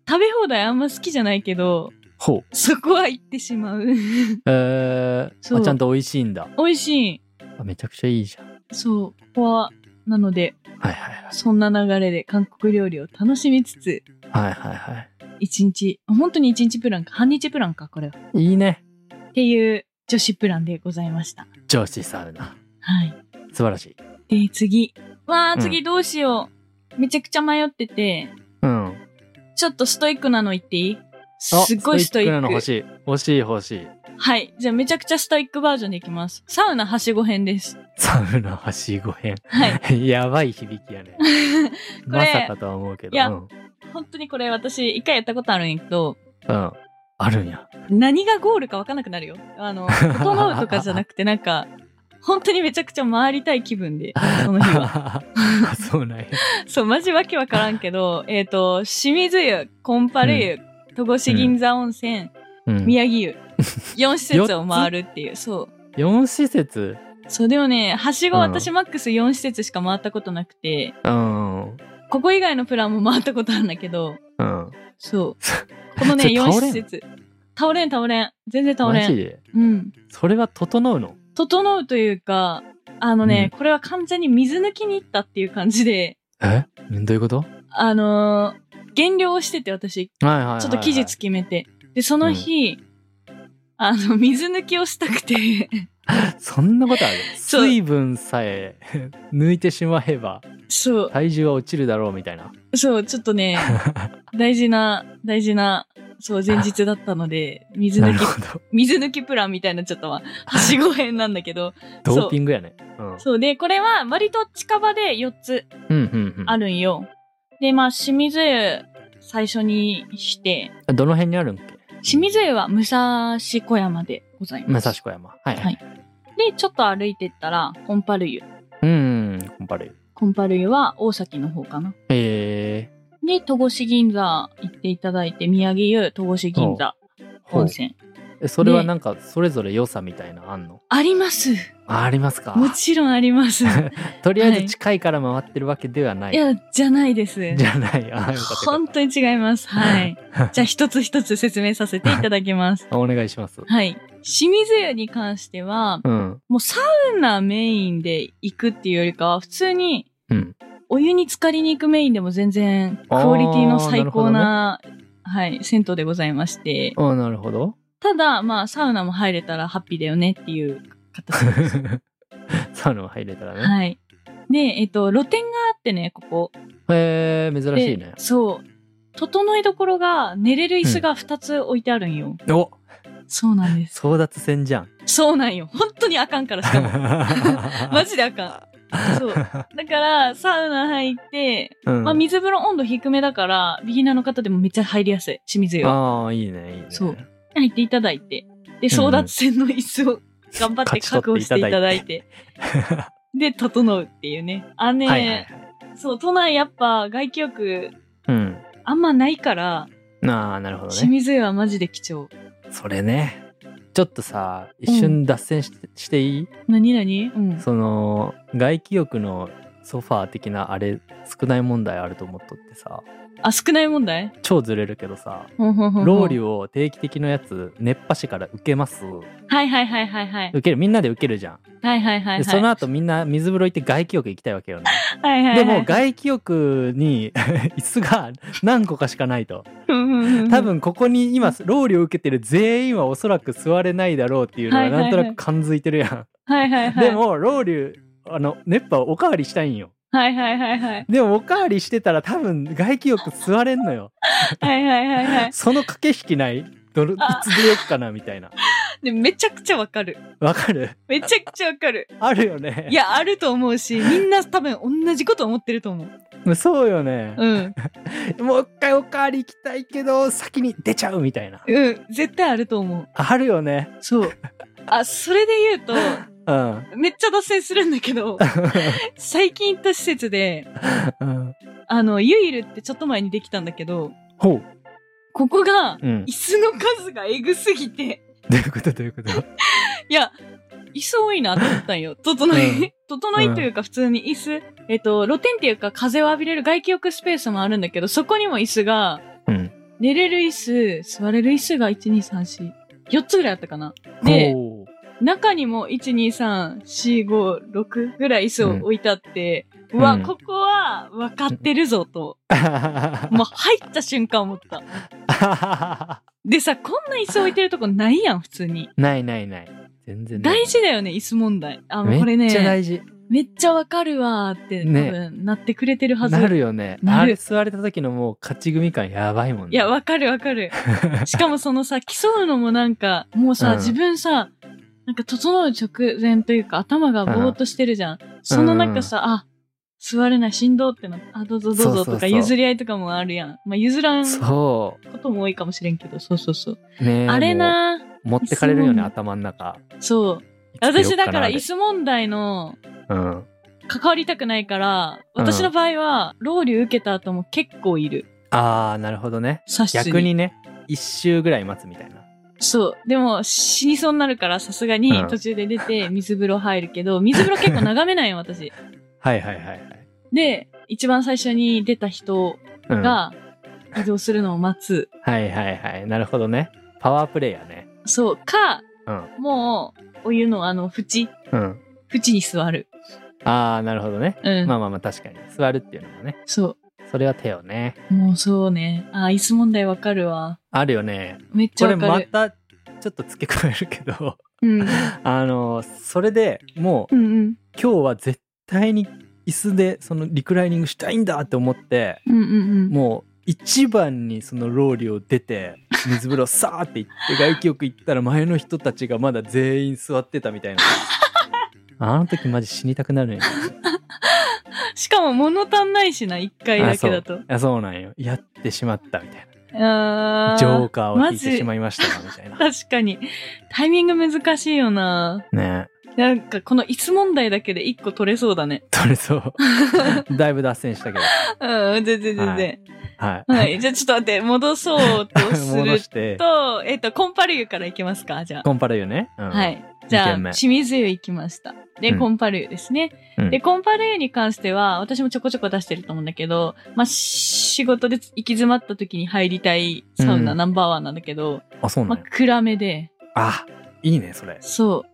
[SPEAKER 1] 食べ放題あんま好きじゃないけど、
[SPEAKER 2] ほう。
[SPEAKER 1] そこは行ってしまう。 [laughs] 美
[SPEAKER 2] えー、
[SPEAKER 1] そう
[SPEAKER 2] あちゃんと美味しいんだ。
[SPEAKER 1] 味しい。
[SPEAKER 2] あめちゃくちゃいいじゃん。
[SPEAKER 1] そう、ここは、なので、
[SPEAKER 2] はいはい
[SPEAKER 1] そんな流れで韓国料理を楽しみつつ、
[SPEAKER 2] はい。はいはいは
[SPEAKER 1] 一日、本当に一日プランか、半日プランか、これは。っ
[SPEAKER 2] い。いいね。
[SPEAKER 1] ていう女子プランでございました。
[SPEAKER 2] 上司サウナ。
[SPEAKER 1] はい。
[SPEAKER 2] 素晴らしい。
[SPEAKER 1] で、次。わ
[SPEAKER 2] う
[SPEAKER 1] ー、
[SPEAKER 2] ん
[SPEAKER 1] 次どうしよう。めちゃくちゃ迷ってて、
[SPEAKER 2] うん。
[SPEAKER 1] ちょっとストイックなの言っていい
[SPEAKER 2] あ
[SPEAKER 1] すっごいストイッ
[SPEAKER 2] なの
[SPEAKER 1] ク。
[SPEAKER 2] 欲しい。欲しい欲しい。
[SPEAKER 1] はい。じゃあめちゃくちゃストイックバージョンでいきます。サウナはしご編です。
[SPEAKER 2] サウナはしご編。
[SPEAKER 1] はい。
[SPEAKER 2] [laughs] やばい響き
[SPEAKER 1] [laughs]
[SPEAKER 2] やね。まさかとは思うけど。
[SPEAKER 1] いや
[SPEAKER 2] うん。
[SPEAKER 1] 本当にこれ私一回やったことあるんやけど
[SPEAKER 2] うん。あるんや。
[SPEAKER 1] 何がゴールか分かんなくなるよあの整うとかじゃなくてなんか [laughs] 本当にめちゃくちゃ回りたい気分でその日
[SPEAKER 2] [laughs]
[SPEAKER 1] は
[SPEAKER 2] そうなんや。
[SPEAKER 1] そうマジわけわからんけどえっ、と清水湯コンパル湯、戸越銀座温泉、
[SPEAKER 2] うん。
[SPEAKER 1] 宮城湯4施設を回るって
[SPEAKER 2] [laughs]
[SPEAKER 1] いうそう
[SPEAKER 2] 4施設
[SPEAKER 1] そうでもねはしご
[SPEAKER 2] うん
[SPEAKER 1] 私マックス4施設しか回ったことなくて
[SPEAKER 2] うん。うん。
[SPEAKER 1] ここ以外のプランも回ったことあるんだけど
[SPEAKER 2] [laughs]
[SPEAKER 1] そうこのね
[SPEAKER 2] それ
[SPEAKER 1] 4
[SPEAKER 2] 倒れ
[SPEAKER 1] 施
[SPEAKER 2] ん
[SPEAKER 1] 設倒れん倒れん全然倒
[SPEAKER 2] マ
[SPEAKER 1] れ
[SPEAKER 2] ジ
[SPEAKER 1] ん
[SPEAKER 2] で
[SPEAKER 1] うん
[SPEAKER 2] それは整うの
[SPEAKER 1] 整うというか、あのね、これは完全に水抜きに行ったっていう感じで、
[SPEAKER 2] えどういうことはい
[SPEAKER 1] あのー減量をしてて私、
[SPEAKER 2] はいはいはい。
[SPEAKER 1] ちょっと期日決めて。で、その日、あの、水抜きをしたくて、 [laughs]
[SPEAKER 2] そんなことある
[SPEAKER 1] そう
[SPEAKER 2] 水分さえ [laughs] 抜いてしまえば
[SPEAKER 1] そ
[SPEAKER 2] 体重は落ちるだろうみたいな
[SPEAKER 1] う、そう、ちょっと
[SPEAKER 2] [laughs]
[SPEAKER 1] ね、大事な、大事な、そう、前日だったので、水
[SPEAKER 2] な
[SPEAKER 1] 抜
[SPEAKER 2] る
[SPEAKER 1] き、
[SPEAKER 2] ほど
[SPEAKER 1] 水抜きプランみたいになっちゃったわ。はしご編なんだけど。
[SPEAKER 2] ドーピングやねうん
[SPEAKER 1] そうで、これは割と近場で4つ
[SPEAKER 2] うんうんうん
[SPEAKER 1] あるんよ。で、まあ、清水湯最初にして、
[SPEAKER 2] どの辺にあるんっけ
[SPEAKER 1] 清水湯は武蔵小山でござい
[SPEAKER 2] 武
[SPEAKER 1] ます。
[SPEAKER 2] 蔵小山はい、
[SPEAKER 1] はいで、ちょっと歩いてったら、コンパル湯。
[SPEAKER 2] うんコンパル
[SPEAKER 1] コンパル湯は大崎の方かな。
[SPEAKER 2] へえ
[SPEAKER 1] で、戸越銀座行っていただいて、宮城湯、戸越銀座
[SPEAKER 2] ほう
[SPEAKER 1] 温泉。
[SPEAKER 2] えそれは
[SPEAKER 1] ね
[SPEAKER 2] なんかそれぞれ良さみたいなあんの
[SPEAKER 1] あります。
[SPEAKER 2] あありますか
[SPEAKER 1] もちろんあります。い
[SPEAKER 2] とりあえず近いから回ってるわけではない、
[SPEAKER 1] や、じゃないです。
[SPEAKER 2] じゃないあーよかったよ
[SPEAKER 1] 本
[SPEAKER 2] かっ
[SPEAKER 1] 当に違います。はい。じゃあ一つ一つ説明させていただきます。
[SPEAKER 2] たお願いします
[SPEAKER 1] はい。清水湯に関しては、
[SPEAKER 2] うん
[SPEAKER 1] もうサウナメインで行くっていうよりかは、普通に
[SPEAKER 2] うん
[SPEAKER 1] お湯に浸かりに行くメインでも全然クオリティの最高な、はい、銭湯でございまして、
[SPEAKER 2] あなるほど [laughs]
[SPEAKER 1] ただ、まあ、サウナも入れたらハッピーだよねっていう形
[SPEAKER 2] [laughs]
[SPEAKER 1] です。
[SPEAKER 2] サウナも入れたらね、
[SPEAKER 1] はい。で、えっと、露店があってね、ここ。
[SPEAKER 2] へえ珍し
[SPEAKER 1] で
[SPEAKER 2] いね
[SPEAKER 1] そう。整いどころが、寝れる椅子が2つ置いてあるんよ。
[SPEAKER 2] お
[SPEAKER 1] そうなんです。
[SPEAKER 2] 争奪戦じゃん
[SPEAKER 1] [laughs] そうなんよ。本当にあかんから、し
[SPEAKER 2] [laughs]
[SPEAKER 1] かも。マジであかん。そう。だから、サウナ入って、
[SPEAKER 2] うん
[SPEAKER 1] まあ、水風呂温度低めだから、ビギナーの方でもめっちゃ入りやすい。清水湯は。
[SPEAKER 2] ああいいねいいね
[SPEAKER 1] そう入っていただいて。で、争奪戦の椅子
[SPEAKER 2] [laughs]
[SPEAKER 1] を頑張って確保していただいて。で、整うっていうね。あね、
[SPEAKER 2] はいはいはい
[SPEAKER 1] そう、都内やっぱ外気浴
[SPEAKER 2] うん
[SPEAKER 1] あんまないから、
[SPEAKER 2] ああなるほど
[SPEAKER 1] 清
[SPEAKER 2] ね
[SPEAKER 1] 水湯はマジで貴重。
[SPEAKER 2] それねちょっとさ一瞬脱線し,、していい
[SPEAKER 1] 何何うん。
[SPEAKER 2] その外気浴のソファー的なあれ少ない問題あると思っとってさ
[SPEAKER 1] あ、少ない問題
[SPEAKER 2] 超ずれるけどさ
[SPEAKER 1] ほんほんほんほん
[SPEAKER 2] ロウリュを定期的なやつ熱波師から受けます
[SPEAKER 1] はいはいはいはいはい。
[SPEAKER 2] 受けるみんなで受けるじゃん、
[SPEAKER 1] はいはいはいはい。
[SPEAKER 2] でその後みんな水風呂行って外気浴行きたいわけよね
[SPEAKER 1] はいはいはい、
[SPEAKER 2] でも外気浴に [laughs] 椅子が何個かしかないと多
[SPEAKER 1] 多
[SPEAKER 2] 分ここに今ロウリュを受けてる全員はおそらく座れないだろうっていうの
[SPEAKER 1] は
[SPEAKER 2] はい
[SPEAKER 1] はい
[SPEAKER 2] な
[SPEAKER 1] は
[SPEAKER 2] ん
[SPEAKER 1] い
[SPEAKER 2] となく感づいてるやん、
[SPEAKER 1] はいはいはい。
[SPEAKER 2] で、もロウリュあの熱波をおかわりしたいんよ
[SPEAKER 1] はいはいはいはい。
[SPEAKER 2] でもおかわりしてたら多分外気浴座れんのよ
[SPEAKER 1] はいはいはいはい。
[SPEAKER 2] その駆け引きないどれい
[SPEAKER 1] あ
[SPEAKER 2] つ出よっかなみたいな
[SPEAKER 1] で、めちゃくちゃわかる。
[SPEAKER 2] わかる
[SPEAKER 1] めちゃくちゃわかる。
[SPEAKER 2] [laughs] あるよね
[SPEAKER 1] いや、あると思うし、みんな多分同じこと思ってると思う。
[SPEAKER 2] そうよね、
[SPEAKER 1] うん。
[SPEAKER 2] もう一回おかわり行きたいけど先に出ちゃうみたいな
[SPEAKER 1] うん。絶対あると思う。
[SPEAKER 2] あるよね
[SPEAKER 1] そう。あ、それで言う
[SPEAKER 2] うん [laughs]
[SPEAKER 1] と、めっちゃ脱線するんだけど、最近行った施設で、
[SPEAKER 2] うん
[SPEAKER 1] あの、ユイルってちょっと前にできたんだけど、
[SPEAKER 2] ほう、
[SPEAKER 1] ここが、
[SPEAKER 2] うん
[SPEAKER 1] 椅子の数がえぐすぎて、
[SPEAKER 2] どういうことどういうこと
[SPEAKER 1] いや、椅子多いなと思ったん
[SPEAKER 2] [laughs]
[SPEAKER 1] よ。整い、
[SPEAKER 2] うん
[SPEAKER 1] 整いというか普通に椅子、えっと、露天っていうか風を浴びれる外気浴スペースもあるんだけど、そこにも椅子が、
[SPEAKER 2] うん
[SPEAKER 1] 寝れる椅子、座れる椅子が1、2、3、4、4つぐらいあったかな。で、
[SPEAKER 2] ほう
[SPEAKER 1] 中にも1、2、3、4、5、6ぐらい椅子を置いてあって、う
[SPEAKER 2] うん
[SPEAKER 1] わ、
[SPEAKER 2] うん
[SPEAKER 1] ここは分かってるぞと、
[SPEAKER 2] [laughs]
[SPEAKER 1] もう
[SPEAKER 2] ま
[SPEAKER 1] 入った瞬間思った。
[SPEAKER 2] あ
[SPEAKER 1] でさ、こんな椅子置いてるとこないやん、普通に。
[SPEAKER 2] [laughs] ないないない全然ない
[SPEAKER 1] 大事だよね、椅子問題。あ、もうこれ
[SPEAKER 2] め
[SPEAKER 1] ね。
[SPEAKER 2] っちゃ大事
[SPEAKER 1] めっちゃわかるわーって、
[SPEAKER 2] ね
[SPEAKER 1] 多分なってくれてるはず。
[SPEAKER 2] なるよね
[SPEAKER 1] なる
[SPEAKER 2] あれ座れた時のもう勝ち組感やばいもんね
[SPEAKER 1] いや、わかるわか
[SPEAKER 2] [laughs]
[SPEAKER 1] る。しかもそのさ、競うのもなんか、もうさ、
[SPEAKER 2] うん
[SPEAKER 1] 自分さ、なんか整う直前というか頭がぼーっとしてるじゃん。その中さ、あ、座れない、振動ってなって、あ、どうぞどう
[SPEAKER 2] そ
[SPEAKER 1] ぞ
[SPEAKER 2] うそうそう
[SPEAKER 1] とか譲り合いとかもあるやん。まあ譲らんこ
[SPEAKER 2] そ
[SPEAKER 1] とも多いかもしれんけど、そうそうそう。
[SPEAKER 2] うねえ
[SPEAKER 1] あれな
[SPEAKER 2] もう持ってかれるよね
[SPEAKER 1] そう
[SPEAKER 2] 頭の中
[SPEAKER 1] そう。私だから椅子問題の
[SPEAKER 2] うん
[SPEAKER 1] 関わりたくないから、
[SPEAKER 2] うん
[SPEAKER 1] 私の場合は、ロウリュ受けた後も結構いる。
[SPEAKER 2] ああなるほどね
[SPEAKER 1] 察室
[SPEAKER 2] 逆にね一周ぐらい待つみたいな
[SPEAKER 1] そう。でも、死にそうになるから、さすが
[SPEAKER 2] う
[SPEAKER 1] に
[SPEAKER 2] ん
[SPEAKER 1] 途中で出て水風呂入るけど、水風呂結構眺め
[SPEAKER 2] [laughs]
[SPEAKER 1] ないよ、私。
[SPEAKER 2] はいはいはいはい
[SPEAKER 1] で、一番最初に出た人
[SPEAKER 2] うん
[SPEAKER 1] が移動するのを待つ。
[SPEAKER 2] はいはいはいなるほどねパワープレイヤーね
[SPEAKER 1] そう。か、
[SPEAKER 2] うん
[SPEAKER 1] もう、お湯のあの、縁、
[SPEAKER 2] うん
[SPEAKER 1] 縁に座る。
[SPEAKER 2] ああなるほどね
[SPEAKER 1] うん。
[SPEAKER 2] まあまあまあ確かに座るっていうのもね
[SPEAKER 1] そ
[SPEAKER 2] それは手をね
[SPEAKER 1] う。もうそうね。あー、椅子問題わかるわ。
[SPEAKER 2] あるよね
[SPEAKER 1] めっち
[SPEAKER 2] こ
[SPEAKER 1] ゃ
[SPEAKER 2] れ
[SPEAKER 1] わか
[SPEAKER 2] ま
[SPEAKER 1] る。
[SPEAKER 2] たちょっと付け加えるけど [laughs]
[SPEAKER 1] うん。
[SPEAKER 2] あのそれでもう
[SPEAKER 1] うんうん。
[SPEAKER 2] 今日は絶対に椅子でそのリクライニングしたいんだって思って
[SPEAKER 1] うんうん
[SPEAKER 2] もう一番にそのローリを出て水風呂さーって行って外気浴行ったら前の人たちがまだ全員座ってたみたいなあの時マジ死にたくなるね
[SPEAKER 1] うん。しかも物足んないしな、一回だけだと。
[SPEAKER 2] あそうなんよやってしまったみたい
[SPEAKER 1] あ
[SPEAKER 2] な
[SPEAKER 1] ー
[SPEAKER 2] ジョーカーを引い
[SPEAKER 1] まず
[SPEAKER 2] てしまいましたみたいな
[SPEAKER 1] 確かに。タイミング難しいよな。
[SPEAKER 2] ね
[SPEAKER 1] なんかこのいつ問題だけで一個取れそうだね。
[SPEAKER 2] 取れそうだいぶ脱線したけど
[SPEAKER 1] うん、全然全然。
[SPEAKER 2] はい、 [laughs]
[SPEAKER 1] はい。じゃあちょっと待って、戻そうと [laughs] す
[SPEAKER 2] 戻
[SPEAKER 1] る
[SPEAKER 2] して
[SPEAKER 1] と、えっと、コンパル湯からいきますか、じゃあ。
[SPEAKER 2] コンパルよね、うん
[SPEAKER 1] はい。じゃあ、
[SPEAKER 2] 二軒目
[SPEAKER 1] 清水湯行きました。で、
[SPEAKER 2] うん
[SPEAKER 1] コンパル湯ですね。
[SPEAKER 2] うん
[SPEAKER 1] で、コンパル湯に関しては、私もちょこちょこ出してると思うんだけど、まあ、仕事で行き詰まった時に入りたいサウナ
[SPEAKER 2] うん
[SPEAKER 1] ナンバーワンなんだけど、
[SPEAKER 2] あそうな
[SPEAKER 1] ま
[SPEAKER 2] の、
[SPEAKER 1] あ、暗めで、
[SPEAKER 2] あいいねそれ
[SPEAKER 1] そ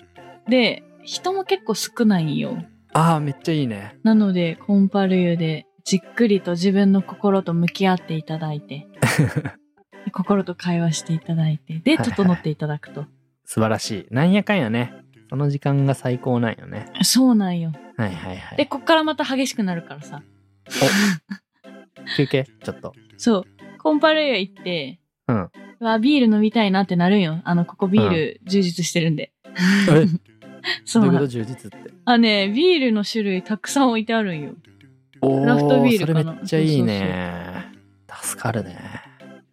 [SPEAKER 1] う。で、人も結構少ないんよ。
[SPEAKER 2] あーめっちゃいいね
[SPEAKER 1] なので、コンパル湯で、じっくりと自分の心と向き合っていただい
[SPEAKER 2] [laughs]
[SPEAKER 1] て、で心と会話していただいて、で、
[SPEAKER 2] はいはい
[SPEAKER 1] 整っていただくと。
[SPEAKER 2] 素晴らしいなんやかんやねその時間が最高なんよね
[SPEAKER 1] そうなんよ。
[SPEAKER 2] はいはいは
[SPEAKER 1] で、
[SPEAKER 2] い
[SPEAKER 1] こっからまた激しくなるからさ。
[SPEAKER 2] 休憩ちょ
[SPEAKER 1] [laughs]
[SPEAKER 2] っと
[SPEAKER 1] そう。コンパル湯行って、
[SPEAKER 2] うん
[SPEAKER 1] わ、ビール飲みたいなってなるんよ。あの、ここビール充実してるんで。
[SPEAKER 2] え
[SPEAKER 1] そ
[SPEAKER 2] どういうう
[SPEAKER 1] な
[SPEAKER 2] こ
[SPEAKER 1] の
[SPEAKER 2] と充実って
[SPEAKER 1] あ、ね、ビールの種類たくさん置いてあるんよ。
[SPEAKER 2] お
[SPEAKER 1] クラフトビール
[SPEAKER 2] そ
[SPEAKER 1] か
[SPEAKER 2] れ
[SPEAKER 1] な
[SPEAKER 2] めっちゃいいね助かるね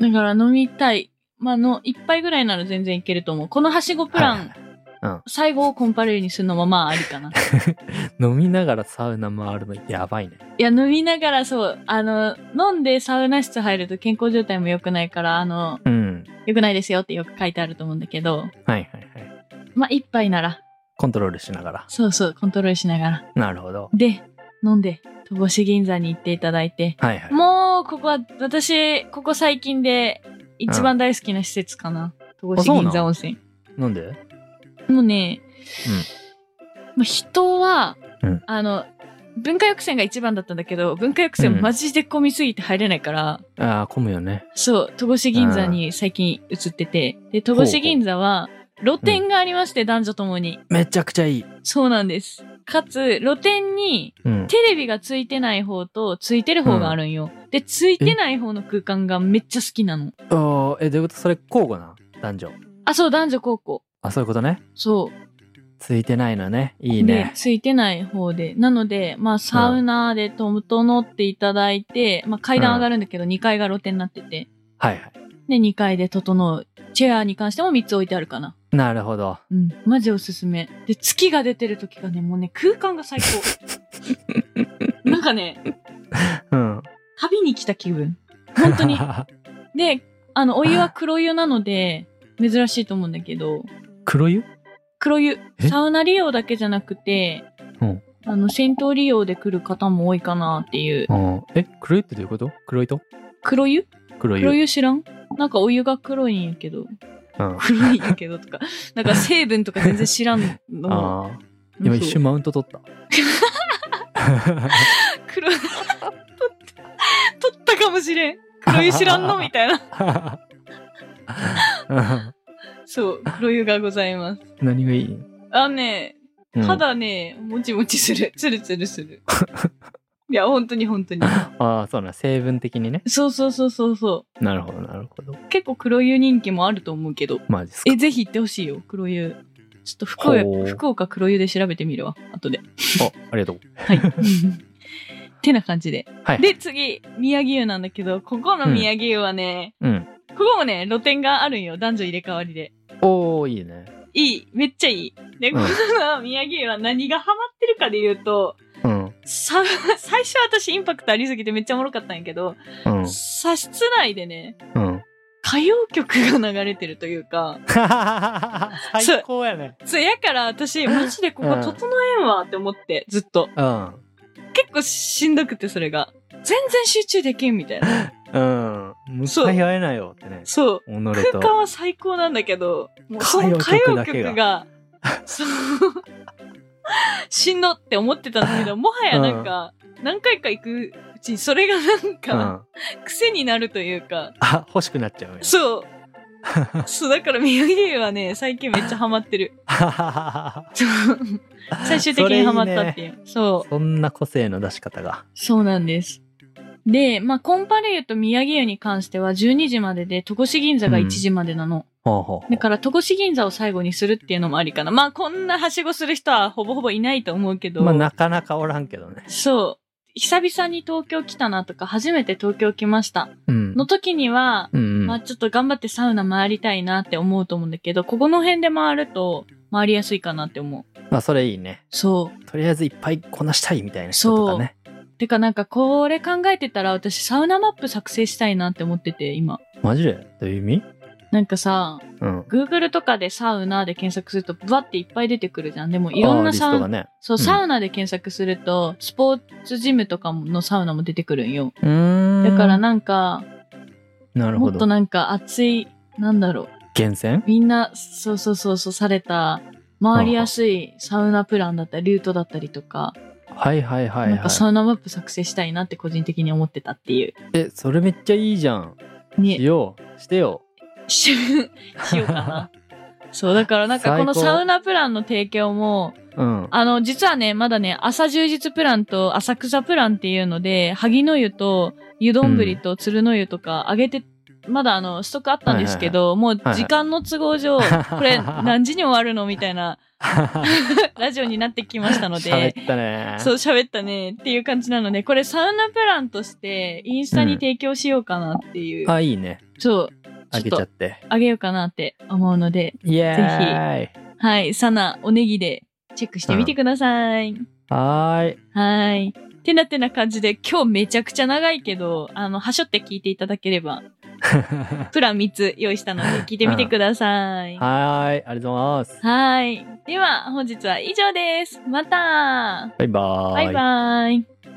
[SPEAKER 1] だから飲みたい。まあ、の、一杯ぐらいなら全然いけると思う。このはしごプラン、
[SPEAKER 2] はい
[SPEAKER 1] 最後をコンパル湯にするのもまあありかな。
[SPEAKER 2] 飲みながらサウナ回るのやばいね
[SPEAKER 1] いや、飲みながらそう、あの、飲んでサウナ室入ると健康状態も良くないから、あの、
[SPEAKER 2] うん
[SPEAKER 1] 良くないですよってよく書いてあると思うんだけど、
[SPEAKER 2] はいはいはい
[SPEAKER 1] まあ、一杯なら、
[SPEAKER 2] コントロールしながら
[SPEAKER 1] そうそう、コントロールしながら。
[SPEAKER 2] なるほど
[SPEAKER 1] で、飲んで、戸越銀座に行っていただいて、
[SPEAKER 2] はいはい
[SPEAKER 1] もう、ここは、私、ここ最近で一番大好きな施設かな。戸越銀座温泉。
[SPEAKER 2] なんで
[SPEAKER 1] もうね、まあ人は、
[SPEAKER 2] うん
[SPEAKER 1] あの、文化浴船が一番だったんだけど、文化浴船
[SPEAKER 2] うん
[SPEAKER 1] マジで混みすぎて入れないから、
[SPEAKER 2] ああ混むよね
[SPEAKER 1] そう、戸越銀座に最近移ってて、で、戸越銀座は露店がありまして、男女ともに。
[SPEAKER 2] めちゃくちゃいい
[SPEAKER 1] そうなんです。かつ、露店に
[SPEAKER 2] うん
[SPEAKER 1] テレビがついてない方とついてる方があるんよ。で、ついてない方の空間がめっちゃ好きなの。
[SPEAKER 2] あーえどういうことそれ交互な男女
[SPEAKER 1] あ、そう、男女高校。
[SPEAKER 2] あそういうことね
[SPEAKER 1] そう。
[SPEAKER 2] ついてないのねいい
[SPEAKER 1] で
[SPEAKER 2] ね、
[SPEAKER 1] ついてない方で。なので、まあ、サウナーで整っていただいて、まあ、階段上がるんだけど、2階が露店になってて、
[SPEAKER 2] はいはい
[SPEAKER 1] で、2階で整う。チェアに関しても3つ置いてあるかな。
[SPEAKER 2] なるほど
[SPEAKER 1] うん、マジおすすめ。で、月が出てる時がね、もうね、空間が最高。
[SPEAKER 2] [laughs]
[SPEAKER 1] なんかね、
[SPEAKER 2] うん
[SPEAKER 1] 旅に来た気分。本
[SPEAKER 2] [laughs]
[SPEAKER 1] 当にで、あの、お湯は黒湯なので、珍しいと思うんだけど、
[SPEAKER 2] 黒湯
[SPEAKER 1] 黒湯
[SPEAKER 2] え、
[SPEAKER 1] サウナ利用だけじゃなくて、
[SPEAKER 2] うん
[SPEAKER 1] あの、銭湯利用で来る方も多いかなっていう。
[SPEAKER 2] うんえ黒湯ってどういうこと黒いと
[SPEAKER 1] 黒湯
[SPEAKER 2] 黒湯
[SPEAKER 1] 黒湯知らんなんかお湯が黒いんやけど、
[SPEAKER 2] うん、あ
[SPEAKER 1] 黒いんやけどとか、なんか成分とか全然知らんの。
[SPEAKER 2] [laughs] あー今一瞬マウント取った
[SPEAKER 1] 黒 [laughs] い取った取ったかもしれん黒湯知らんのみたい
[SPEAKER 2] [laughs]
[SPEAKER 1] な
[SPEAKER 2] うん
[SPEAKER 1] そう黒湯がございます
[SPEAKER 2] [laughs] 何がいい、
[SPEAKER 1] あのね
[SPEAKER 2] うん
[SPEAKER 1] 肌ね、もちもちする [laughs] つるつるするいや本当に本当に
[SPEAKER 2] ああそうな成分的にね
[SPEAKER 1] そうそうそうそうそ
[SPEAKER 2] なるほどなるほど
[SPEAKER 1] う結構黒湯人気もあると思うけど
[SPEAKER 2] マジっすか
[SPEAKER 1] えぜひ行ってほしいよ黒湯ちょっと福
[SPEAKER 2] ほう
[SPEAKER 1] 岡福岡黒湯で調べてみるわ後
[SPEAKER 2] [laughs]
[SPEAKER 1] で
[SPEAKER 2] あありがとう
[SPEAKER 1] はいてな感じで、
[SPEAKER 2] はい
[SPEAKER 1] で次宮城湯なんだけどここの宮城湯はね、
[SPEAKER 2] うん
[SPEAKER 1] ここもね露店があるんよ男女入れ替わりで
[SPEAKER 2] おおいいね
[SPEAKER 1] いい、めっちゃいい。で、
[SPEAKER 2] うん
[SPEAKER 1] この宮城は何がハマってるかで言うと、
[SPEAKER 2] うん
[SPEAKER 1] さ、最初は私インパクトありすぎてめっちゃおもろかったんやけど、
[SPEAKER 2] うん
[SPEAKER 1] さ室内でね、
[SPEAKER 2] うん
[SPEAKER 1] 歌謡曲が流れてるというか、
[SPEAKER 2] [laughs] 最高やね。
[SPEAKER 1] そう、やから私、マジでここ整えんわって思って、ずっと。
[SPEAKER 2] うん。
[SPEAKER 1] 結構しんどくて、それが。全然集中できんみたいな。
[SPEAKER 2] うん。向
[SPEAKER 1] そう
[SPEAKER 2] かい合えないよってね。
[SPEAKER 1] そう。
[SPEAKER 2] 己
[SPEAKER 1] 空間
[SPEAKER 2] と。
[SPEAKER 1] は最高なんだけど、もうその歌
[SPEAKER 2] 歌謡曲
[SPEAKER 1] 謡
[SPEAKER 2] だけが
[SPEAKER 1] 曲が、そう、しんどって思ってたんだ
[SPEAKER 2] [laughs]
[SPEAKER 1] けど、もはやなんか、何回か行くうちにそれがなん
[SPEAKER 2] うん。
[SPEAKER 1] か、
[SPEAKER 2] あ、
[SPEAKER 1] 癖になるというか、
[SPEAKER 2] 欲しくなっちゃうよ。
[SPEAKER 1] そう、そう、だからミルフィーユはね、最近めっちゃハマって
[SPEAKER 2] [laughs]
[SPEAKER 1] る。そう最終的にハマったって
[SPEAKER 2] いう
[SPEAKER 1] いう。そう。
[SPEAKER 2] [laughs] そんな個性の出し方が
[SPEAKER 1] そうなんです。で、まあ、コンパレーと宮城湯に関しては12時までで、戸越銀座が1時までなの。
[SPEAKER 2] ほうほうほう
[SPEAKER 1] だから、戸越銀座を最後にするっていうのもありかな。まあ、こんなはしごする人はほぼほぼいないと思うけど。
[SPEAKER 2] まあなかなかおらんけどね
[SPEAKER 1] そう。久々に東京来たなとか、初めて東京来ました。
[SPEAKER 2] うん
[SPEAKER 1] の時には、
[SPEAKER 2] うん
[SPEAKER 1] まあ、ちょっと頑張ってサウナ回りたいなって思うと思うんだけど、ここの辺で回ると、回りやすいかなって思う。
[SPEAKER 2] まあそれいいね
[SPEAKER 1] そう。
[SPEAKER 2] とりあえずいっぱいこなしたいみたいな人とかね
[SPEAKER 1] てかなんかこれ考えてたら私サウナマップ作成したいなって思ってて今。
[SPEAKER 2] マジでどういう意味
[SPEAKER 1] なんかさ、
[SPEAKER 2] うん
[SPEAKER 1] Google とかでサウナで検索するとブワっていっぱい出てくるじゃん。でもいろん
[SPEAKER 2] あー
[SPEAKER 1] な
[SPEAKER 2] リス
[SPEAKER 1] サウ
[SPEAKER 2] ト
[SPEAKER 1] ナ、
[SPEAKER 2] がね
[SPEAKER 1] そう、
[SPEAKER 2] ん
[SPEAKER 1] サウナで検索すると、スポーツジムとかのサウナも出てくるんよ。
[SPEAKER 2] うーん
[SPEAKER 1] だからなんか、
[SPEAKER 2] なる
[SPEAKER 1] も
[SPEAKER 2] ほ
[SPEAKER 1] っと
[SPEAKER 2] ど
[SPEAKER 1] なんか熱い、なんだろう。
[SPEAKER 2] 厳選
[SPEAKER 1] みんな、そうそうそうそうされた、回りやすいサウナプランだったり、ルートだったりとか、
[SPEAKER 2] はいはいはい
[SPEAKER 1] なんかサ
[SPEAKER 2] は
[SPEAKER 1] ウナマップ作成したいなって個人的に思ってたっていう。
[SPEAKER 2] いえそれめっちゃいいじゃん
[SPEAKER 1] ね
[SPEAKER 2] しようしてよ
[SPEAKER 1] し [laughs] しようかな。そう、だからなんかこの
[SPEAKER 2] 最高
[SPEAKER 1] サウナプランの提供も、
[SPEAKER 2] うん
[SPEAKER 1] あの、実はね、まだね、朝充実プランと浅草プランっていうので、萩の湯と湯どんぶりと鶴の湯とかあげて、まだあの、ストックあったんですけど、もう
[SPEAKER 2] はい
[SPEAKER 1] 時間の都合上、これ何時に終わるのみたい
[SPEAKER 2] [laughs]
[SPEAKER 1] なラジオになってきましたので、
[SPEAKER 2] 喋ったね
[SPEAKER 1] そう喋ったねっていう感じなので、これサウナプランとしてインスタに提供しようかなっていう、
[SPEAKER 2] あいいね
[SPEAKER 1] そう、
[SPEAKER 2] あげちゃって
[SPEAKER 1] あげようかなって思うので、
[SPEAKER 2] イエーイ
[SPEAKER 1] はい、サナ、おネギでチェックしてみてください。
[SPEAKER 2] はーい [laughs]
[SPEAKER 1] はい。てなてな感じで、今日めちゃくちゃ長いけど、あの、はしょって聞いていただければ、プラン3つ用意したので、聞いてみてください。
[SPEAKER 2] はーいありがとうございます
[SPEAKER 1] はい。では、本日は以上です。また
[SPEAKER 2] バイバー
[SPEAKER 1] バイバイ。